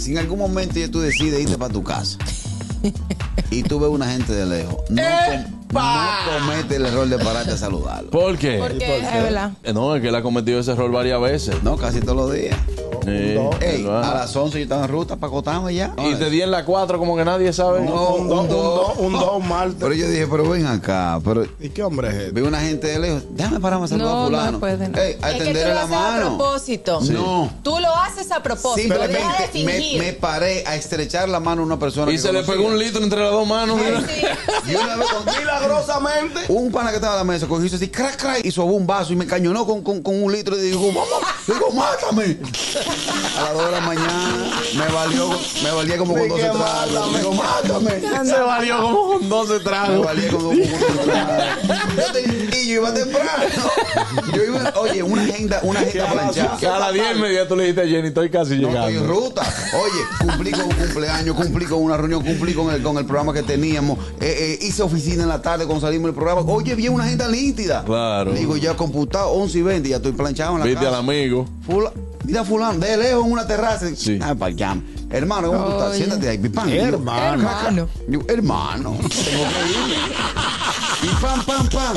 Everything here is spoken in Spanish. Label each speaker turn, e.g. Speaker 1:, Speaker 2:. Speaker 1: si en algún momento ya tú decides irte para tu casa y tú ves una gente de lejos, no, com- no comete el error de pararte a saludarlo.
Speaker 2: ¿Por qué?
Speaker 3: Porque es verdad.
Speaker 2: Eh, No, es que él ha cometido ese error varias veces.
Speaker 1: No, casi todos los días.
Speaker 2: Sí,
Speaker 1: Ey,
Speaker 2: él va.
Speaker 1: a las 11 yo estaba en ruta para Cotamo y ya.
Speaker 2: ah. Y te di en la 4 como que nadie sabe.
Speaker 1: No,
Speaker 4: Un
Speaker 1: un
Speaker 4: dos, un
Speaker 1: dos.
Speaker 4: dos, un dos, Marte.
Speaker 1: Pero yo dije, pero ven acá, pero
Speaker 4: ¿Y qué hombre es este?
Speaker 1: vi una gente de lejos, déjame pararme a saludar
Speaker 3: No,
Speaker 1: a
Speaker 3: no
Speaker 1: fulano.
Speaker 3: puede, no.
Speaker 1: Ey, a
Speaker 5: Es que tú
Speaker 1: extenderle
Speaker 5: lo
Speaker 1: la
Speaker 5: haces a
Speaker 1: mano.
Speaker 5: propósito.
Speaker 1: No.
Speaker 5: Tú lo haces a propósito. Deja de
Speaker 1: Simplemente me,
Speaker 5: fingir.
Speaker 1: me paré a estrechar la mano a una persona.
Speaker 2: Y
Speaker 1: que
Speaker 2: se le
Speaker 1: conocía.
Speaker 2: pegó un litro entre las dos manos.
Speaker 5: Sí.
Speaker 1: Y una vez con-
Speaker 4: Milagrosamente.
Speaker 1: Un pana que estaba en la mesa cogió y hizo así, crack, crack, y sobó un vaso y me cañonó con, con, con un litro y digo, vamos, digo, mátame. A las 2 de la mañana me valió, me valía como con
Speaker 4: Sí,
Speaker 1: 12
Speaker 4: que
Speaker 1: tragos.
Speaker 4: mátame.
Speaker 1: Digo, mátame.
Speaker 2: Se valió como con 12
Speaker 1: Me
Speaker 2: tragos.
Speaker 1: valía como con 12 tragos. Yo te- Y yo iba temprano. Yo iba, oye, una agenda, una agenda
Speaker 4: a las
Speaker 1: planchada.
Speaker 2: Que a las 10 y media tú le dijiste a Jenny, estoy casi
Speaker 1: No estoy en
Speaker 2: llegando.
Speaker 1: ruta. Oye, cumplí con un cumpleaños, cumplí con una reunión, cumplí con el, con el programa que teníamos. Eh, eh, hice oficina en la tarde cuando salimos del programa. Oye, vi una agenda líquida.
Speaker 2: Claro.
Speaker 1: Digo, ya computado 11 y 20, ya estoy planchado en la
Speaker 2: Viste al
Speaker 1: casa.
Speaker 2: amigo.
Speaker 1: Fula- mira a fulano, de lejos en una terraza.
Speaker 2: Sí.
Speaker 1: Ah, para allá. Hermano, ¿cómo tú estás?
Speaker 3: Oye.
Speaker 1: Siéntate ahí, pipán.
Speaker 4: Hermano.
Speaker 3: Hermano.
Speaker 1: Yo, hermano, tengo que irme. Y pam, pam, pam.